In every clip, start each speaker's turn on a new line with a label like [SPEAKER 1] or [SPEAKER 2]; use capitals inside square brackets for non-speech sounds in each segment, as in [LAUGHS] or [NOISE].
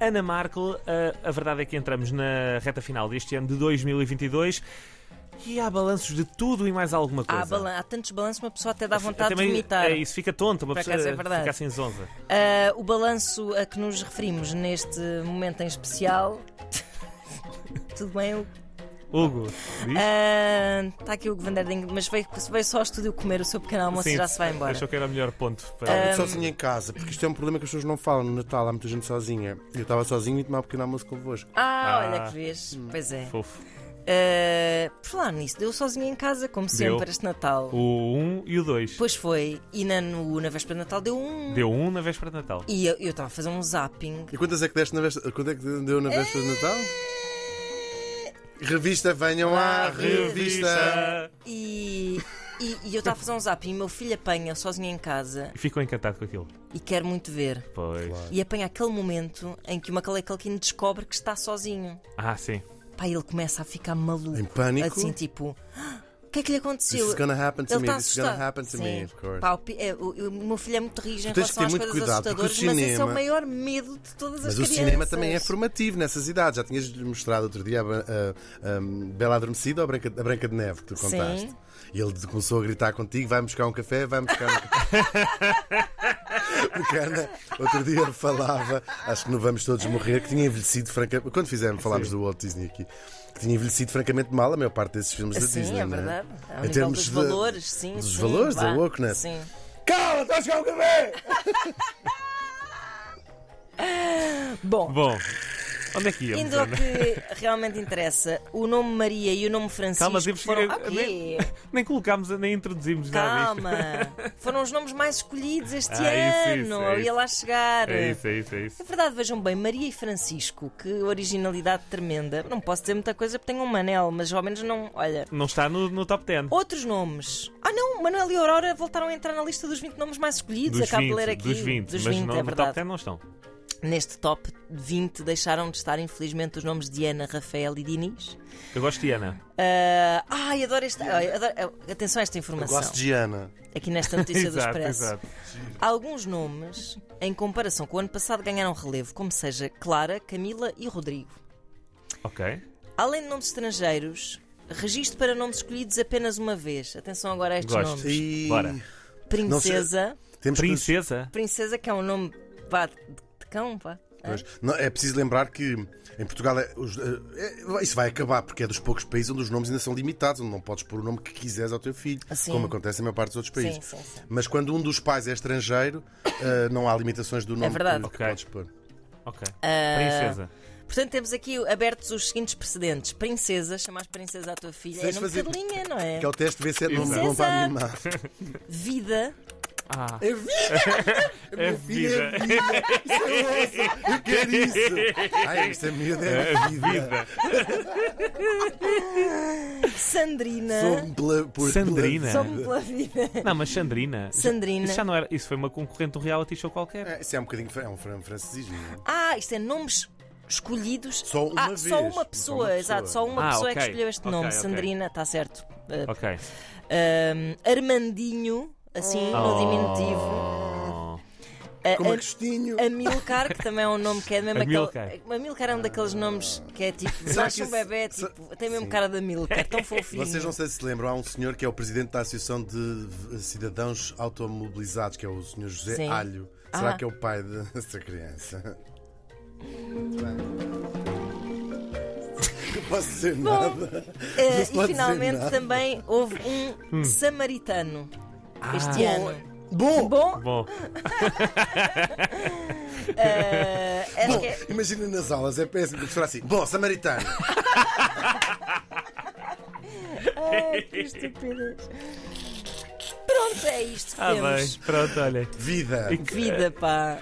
[SPEAKER 1] Ana Markel. Ah, a verdade é que entramos na reta final deste ano de 2022 e há balanços de tudo e mais alguma coisa.
[SPEAKER 2] Há, Ah, balan- há tantos balanços, uma pessoa até dá vontade
[SPEAKER 1] Também,
[SPEAKER 2] de vomitar.
[SPEAKER 1] É isso, fica tonta, uma
[SPEAKER 2] Por
[SPEAKER 1] pessoa
[SPEAKER 2] acaso é verdade.
[SPEAKER 1] fica sem zonza.
[SPEAKER 2] Ah, o balanço a que nos referimos neste momento em especial. [LAUGHS] Tudo bem? Hugo?
[SPEAKER 1] Hugo, diz?
[SPEAKER 2] Ah, Está aqui o Hugo Van der Ding, mas veio, veio só ao estúdio comer o seu pequeno almoço
[SPEAKER 1] Sim,
[SPEAKER 2] e já se vai embora.
[SPEAKER 1] Achou que era o melhor ponto para.
[SPEAKER 3] Estava muito sozinha em casa, porque isto é um problema que as pessoas não falam. No Natal há muita gente sozinha. Eu estava sozinho e tomava um pequeno almoço convosco.
[SPEAKER 2] Ah,
[SPEAKER 1] Ah.
[SPEAKER 2] olha que vês. Pois é.
[SPEAKER 1] Fofo.
[SPEAKER 2] Ah, por falar nisso, deu sozinha em casa, como
[SPEAKER 1] Deu.
[SPEAKER 2] sempre, este Natal.
[SPEAKER 1] O 1 e o 2.
[SPEAKER 2] Pois foi. E na, no- na véspera de Natal deu um.
[SPEAKER 1] Deu 1 na véspera de Natal.
[SPEAKER 2] E eu eu estava a fazer um zapping.
[SPEAKER 3] E quantas é que deste na véspera? Quanto é que deu na véspera de
[SPEAKER 2] Eh,
[SPEAKER 3] Natal? Revista, venham à revista!
[SPEAKER 2] E, e, e eu estava a fazer um zapping. E meu filho apanha sozinho em casa
[SPEAKER 1] E ficou encantado com aquilo.
[SPEAKER 2] e quer muito ver.
[SPEAKER 1] Pois.
[SPEAKER 2] E apanha aquele momento em que o Macaulay Culkin descobre que está sozinho.
[SPEAKER 1] Ah, sim.
[SPEAKER 2] Pá, ele começa a ficar maluco.
[SPEAKER 3] Em pânico?
[SPEAKER 2] Assim, tipo, "Ah, o que é que lhe
[SPEAKER 3] This
[SPEAKER 2] aconteceu?
[SPEAKER 3] is gonna happen to
[SPEAKER 2] Ele
[SPEAKER 3] me,
[SPEAKER 2] está
[SPEAKER 3] this is gonna
[SPEAKER 2] assustado.
[SPEAKER 3] happen to me,
[SPEAKER 2] Sim.
[SPEAKER 3] of course.
[SPEAKER 2] Pá, o, pi- é, o- o meu filho é muito rígido em
[SPEAKER 3] tens que ter
[SPEAKER 2] relação às
[SPEAKER 3] muito
[SPEAKER 2] coisas
[SPEAKER 3] cuidado, porque o
[SPEAKER 2] assustadoras, mas esse é o
[SPEAKER 3] cinema-
[SPEAKER 2] maior medo de todas as
[SPEAKER 3] Mas o
[SPEAKER 2] crianças.
[SPEAKER 3] cinema também é formativo nessas idades. Já tinhas mostrado outro dia a, Ba- a- a Bela Adormecida ou a Branca, a Branca de Neve que tu contaste.
[SPEAKER 2] Sim.
[SPEAKER 3] E ele começou a gritar contigo: vai buscar um café, vai buscar um café. [LAUGHS] Porque a Ana, outro dia falava, acho que não vamos todos morrer, que tinha envelhecido francamente. Quando fizemos, falámos do Walt Disney aqui, que tinha envelhecido francamente mal a maior parte desses filmes da
[SPEAKER 2] [LAUGHS] Sim,
[SPEAKER 3] Disney.
[SPEAKER 2] é
[SPEAKER 3] não
[SPEAKER 2] verdade. Ao
[SPEAKER 3] Em
[SPEAKER 2] nível
[SPEAKER 3] termos
[SPEAKER 2] dos
[SPEAKER 3] de-
[SPEAKER 2] valores, sim.
[SPEAKER 3] dos
[SPEAKER 2] sim,
[SPEAKER 3] valores, da
[SPEAKER 2] vá.
[SPEAKER 3] wokeness.
[SPEAKER 2] Sim.
[SPEAKER 3] Cala, vai buscar um café!
[SPEAKER 2] Bom,
[SPEAKER 1] Bom, onde é que íamos?
[SPEAKER 2] indo ao
[SPEAKER 1] Ana?
[SPEAKER 2] que realmente interessa, o nome Maria e o nome Francisco
[SPEAKER 1] Calma, temos que
[SPEAKER 2] foram...
[SPEAKER 1] ir-
[SPEAKER 2] Ah, o quê?
[SPEAKER 1] nem, nem colocámos, nem introduzimos nada disto.
[SPEAKER 2] Calma, foram os nomes mais escolhidos este
[SPEAKER 1] Ah, isso,
[SPEAKER 2] ano.
[SPEAKER 1] isso, é
[SPEAKER 2] eu ia
[SPEAKER 1] isso.
[SPEAKER 2] lá chegar.
[SPEAKER 1] É isso, é isso, é isso.
[SPEAKER 2] Na verdade, vejam bem, Maria e Francisco, que originalidade tremenda. Não posso dizer muita coisa porque tenho um Manel, mas ao menos não. Olha.
[SPEAKER 1] Não está no, no top 10.
[SPEAKER 2] Outros nomes. Ah, não, Manuel e Aurora voltaram a entrar na lista dos 20 nomes mais escolhidos.
[SPEAKER 1] Dos
[SPEAKER 2] Acabo de
[SPEAKER 1] 20,
[SPEAKER 2] ler aqui.
[SPEAKER 1] dos 20,
[SPEAKER 2] dos
[SPEAKER 1] mas
[SPEAKER 2] 20,
[SPEAKER 1] no,
[SPEAKER 2] é
[SPEAKER 1] no
[SPEAKER 2] verdade.
[SPEAKER 1] top 10 não estão.
[SPEAKER 2] Neste top 20 deixaram de estar, infelizmente, os nomes de Ana, Rafael e Dinis.
[SPEAKER 1] Eu gosto de
[SPEAKER 2] [LAUGHS]
[SPEAKER 1] Ana.
[SPEAKER 2] Ah, ai, adoro esta. ai, adoro- atenção a esta informação.
[SPEAKER 3] Gosto de Ana.
[SPEAKER 2] Aqui nesta
[SPEAKER 1] [LAUGHS]
[SPEAKER 2] notícia do
[SPEAKER 1] exato,
[SPEAKER 2] Expresso.
[SPEAKER 1] exato.
[SPEAKER 2] Alguns nomes, em comparação com o ano passado, ganharam relevo, como seja Clara, Camila e Rodrigo.
[SPEAKER 1] Ok.
[SPEAKER 2] Além de nomes estrangeiros, registro para nomes escolhidos apenas uma vez. Atenção agora a estes
[SPEAKER 1] Gosto.
[SPEAKER 2] nomes:
[SPEAKER 3] E-
[SPEAKER 1] Bora.
[SPEAKER 2] Princesa.
[SPEAKER 3] Temos que-
[SPEAKER 1] Princesa?
[SPEAKER 2] Princesa, que é um nome vá, de, de cão, vá.
[SPEAKER 3] Pois. Não, é preciso lembrar que em Portugal é- os- é- é- isso vai acabar, porque é dos poucos países onde os nomes ainda são limitados, onde não podes pôr o nome que quiseres ao teu filho,
[SPEAKER 2] Ah, sim.
[SPEAKER 3] como acontece na maior parte dos outros
[SPEAKER 2] Sim,
[SPEAKER 3] países.
[SPEAKER 2] sim, sim.
[SPEAKER 3] Mas quando um dos pais é estrangeiro, eh, não há limitações do nome
[SPEAKER 2] É verdade.
[SPEAKER 3] que, que
[SPEAKER 1] Ok.
[SPEAKER 3] podes pôr.
[SPEAKER 1] Ok.
[SPEAKER 2] Ah.
[SPEAKER 1] Princesa.
[SPEAKER 2] Portanto, temos aqui abertos os seguintes precedentes: Princesa, chamas Princesa à tua filha. É
[SPEAKER 3] Tens
[SPEAKER 2] nome
[SPEAKER 3] fazer-
[SPEAKER 2] de linha, não é?
[SPEAKER 3] Que é o teste de ver se é de nome
[SPEAKER 2] Exato.
[SPEAKER 3] bom para a minha mãe.
[SPEAKER 2] Vida,
[SPEAKER 1] Ah,
[SPEAKER 3] É vida!
[SPEAKER 1] [LAUGHS] é vida.
[SPEAKER 3] Isso é osso! Eu quero isso! Ai, isto é miúdo, é vida!
[SPEAKER 1] Vida.
[SPEAKER 2] Sandrina.
[SPEAKER 3] Sou-me pela, um por-
[SPEAKER 1] Sandrina.
[SPEAKER 2] Sou-me pela vida.
[SPEAKER 1] Não, mas Sandrina. Já-
[SPEAKER 2] Sandrina.
[SPEAKER 1] Isso já não era. Isso foi uma concorrente de um reality show qualquer.
[SPEAKER 3] É, isso é um bocadinho. É um fran- francesismo. não é?
[SPEAKER 2] Ah, isto é nomes escolhidos.
[SPEAKER 3] Só uma
[SPEAKER 2] ah,
[SPEAKER 3] vez.
[SPEAKER 2] Só uma
[SPEAKER 3] Só
[SPEAKER 2] pessoa,
[SPEAKER 3] uma pessoa.
[SPEAKER 2] exato. Só uma
[SPEAKER 1] Ah,
[SPEAKER 2] pessoa é
[SPEAKER 1] ok.
[SPEAKER 2] que escolheu este
[SPEAKER 1] Ok,
[SPEAKER 2] nome.
[SPEAKER 1] ok.
[SPEAKER 2] Sandrina, está certo. Uh,
[SPEAKER 1] Ok.
[SPEAKER 2] um, Armandinho,
[SPEAKER 1] Hum.
[SPEAKER 2] assim, no diminutivo.
[SPEAKER 1] Oh.
[SPEAKER 2] Uh,
[SPEAKER 3] Como é
[SPEAKER 2] An-
[SPEAKER 3] Agostinho.
[SPEAKER 2] [LAUGHS] Amilcar, que também é um nome que é mesmo
[SPEAKER 1] Amilcar.
[SPEAKER 2] aquele. Amilcar é um daqueles nomes que é tipo.
[SPEAKER 3] Será
[SPEAKER 2] Nasce
[SPEAKER 3] que
[SPEAKER 2] um
[SPEAKER 3] isso-
[SPEAKER 2] bebê, tipo, tem mesmo cara de Amilcar,
[SPEAKER 3] [LAUGHS]
[SPEAKER 2] tão fofinho.
[SPEAKER 3] Vocês não sei se se lembram, há um senhor que é o presidente da Associação de V- Cidadãos Automobilizados, que é o senhor José
[SPEAKER 2] Sim.
[SPEAKER 3] Alho. Será
[SPEAKER 2] Ah.
[SPEAKER 3] que é o pai de- [LAUGHS] dessa criança? Não [LAUGHS] posso dizer nada.
[SPEAKER 2] Eh,
[SPEAKER 3] Não se
[SPEAKER 2] e
[SPEAKER 3] pode
[SPEAKER 2] finalmente
[SPEAKER 3] dizer nada.
[SPEAKER 2] também houve um
[SPEAKER 1] Hum.
[SPEAKER 2] samaritano
[SPEAKER 1] Ah.
[SPEAKER 2] este ano.
[SPEAKER 3] Bom!
[SPEAKER 2] Bom,
[SPEAKER 1] Bom,
[SPEAKER 2] eh, acho que é-
[SPEAKER 3] Imagina nas aulas, é péssimo porque se fala assim. Bom, samaritano.
[SPEAKER 2] Ai, que estupidez. Pronto, é isto que
[SPEAKER 1] ah,
[SPEAKER 2] temos.
[SPEAKER 1] bem. Pronto, olhem.
[SPEAKER 3] Vida.
[SPEAKER 1] E que-
[SPEAKER 2] Vida, pá.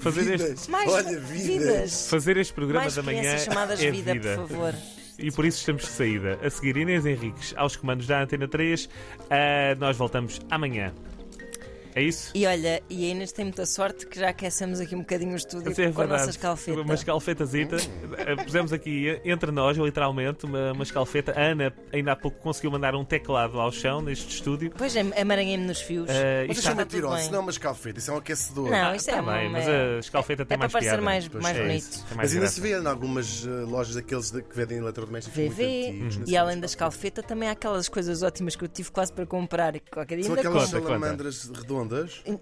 [SPEAKER 1] Fazer este,
[SPEAKER 3] Vidas.
[SPEAKER 2] Mais
[SPEAKER 3] Olha, vidas.
[SPEAKER 2] vidas.
[SPEAKER 1] fazer este programa
[SPEAKER 2] Mais
[SPEAKER 1] da manhã.
[SPEAKER 2] crianças chamadas
[SPEAKER 1] é
[SPEAKER 2] vida, por favor.
[SPEAKER 1] E por isso estamos de saída. A seguir, Inês Henriques aos comandos da Antena 3. Ah, nós voltamos amanhã. É isso?
[SPEAKER 2] E olha, e a Inês tem muita sorte que já aquecemos aqui um bocadinho o estúdio
[SPEAKER 1] Sim, é
[SPEAKER 2] com a nossa escalfeta.
[SPEAKER 1] Uma escalfetazita. Eh, Pusemos aqui entre nós, literalmente, uma, uma escalfeta. A Ana ainda há pouco conseguiu mandar um teclado ao chão neste estúdio.
[SPEAKER 2] Pois é, amaranhei-me nos fios.
[SPEAKER 1] Eh, e
[SPEAKER 3] Mas
[SPEAKER 1] está-
[SPEAKER 2] está
[SPEAKER 3] isso é
[SPEAKER 2] tudo
[SPEAKER 3] mentiroso,
[SPEAKER 2] bem.
[SPEAKER 3] isso não é uma escalfeta, isso é um aquecedor.
[SPEAKER 2] Não, isso é
[SPEAKER 1] Tá
[SPEAKER 2] uma.
[SPEAKER 1] bem, mas
[SPEAKER 2] é-
[SPEAKER 1] a escalfeta tem
[SPEAKER 2] é para
[SPEAKER 1] mais
[SPEAKER 2] parecer
[SPEAKER 1] piada.
[SPEAKER 2] mais,
[SPEAKER 3] Pois
[SPEAKER 2] mais
[SPEAKER 1] É
[SPEAKER 2] bonito.
[SPEAKER 1] isso, tem mais
[SPEAKER 3] Mas ainda
[SPEAKER 1] graça.
[SPEAKER 3] se vê em algumas eh, lojas daqueles de- que vendem eletrodomésticos muito
[SPEAKER 2] VV.
[SPEAKER 3] antigos. não
[SPEAKER 2] Hum.
[SPEAKER 3] sei
[SPEAKER 2] E além
[SPEAKER 3] se-
[SPEAKER 2] da escalfeta, também há aquelas coisas ótimas que eu tive quase para comprar e que qualquer dia
[SPEAKER 3] São
[SPEAKER 2] ainda
[SPEAKER 3] aquelas
[SPEAKER 1] Conta, conta.
[SPEAKER 3] salamandras redondas.
[SPEAKER 2] compro.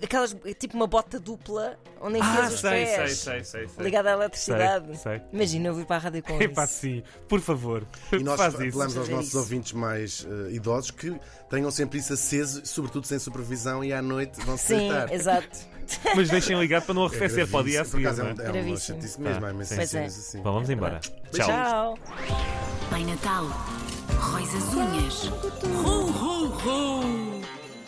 [SPEAKER 2] Aquelas, tipo uma bota dupla
[SPEAKER 3] é
[SPEAKER 2] onde enfias
[SPEAKER 1] Ah,
[SPEAKER 2] os
[SPEAKER 1] sei, sei,
[SPEAKER 2] pés.
[SPEAKER 1] sei, sei, sei.
[SPEAKER 2] Ligada à eletricidade.
[SPEAKER 1] Sei, sei.
[SPEAKER 2] Imagina, eu vim para a rádio
[SPEAKER 1] [LAUGHS]
[SPEAKER 2] com
[SPEAKER 1] Epá,
[SPEAKER 2] é isso.
[SPEAKER 1] sim, por favor, [LAUGHS]
[SPEAKER 3] E nós
[SPEAKER 1] faz isso.
[SPEAKER 3] apelamos aos
[SPEAKER 2] Fazer É
[SPEAKER 3] nossos
[SPEAKER 2] isso.
[SPEAKER 3] ouvintes mais eh, idosos que tenham sempre isso aceso, sobretudo sem supervisão, e à noite vão se
[SPEAKER 2] Sim,
[SPEAKER 3] deitar.
[SPEAKER 2] exato.
[SPEAKER 1] Mas deixem ligado para não
[SPEAKER 3] É
[SPEAKER 1] arrefecer para o dia a
[SPEAKER 3] gravíssimo. Por
[SPEAKER 1] seguir.
[SPEAKER 3] acaso é
[SPEAKER 1] não é?
[SPEAKER 3] um- é uma
[SPEAKER 2] Gravíssimo.
[SPEAKER 3] chatice mesmo,
[SPEAKER 1] Tá,
[SPEAKER 3] há imensas
[SPEAKER 1] sim.
[SPEAKER 2] Pois é.
[SPEAKER 3] cenas assim.
[SPEAKER 1] Bom, vamos embora. Tchau.
[SPEAKER 2] Tchau.
[SPEAKER 4] Pai Natal, Rois as unhas. Rum, rum, rum.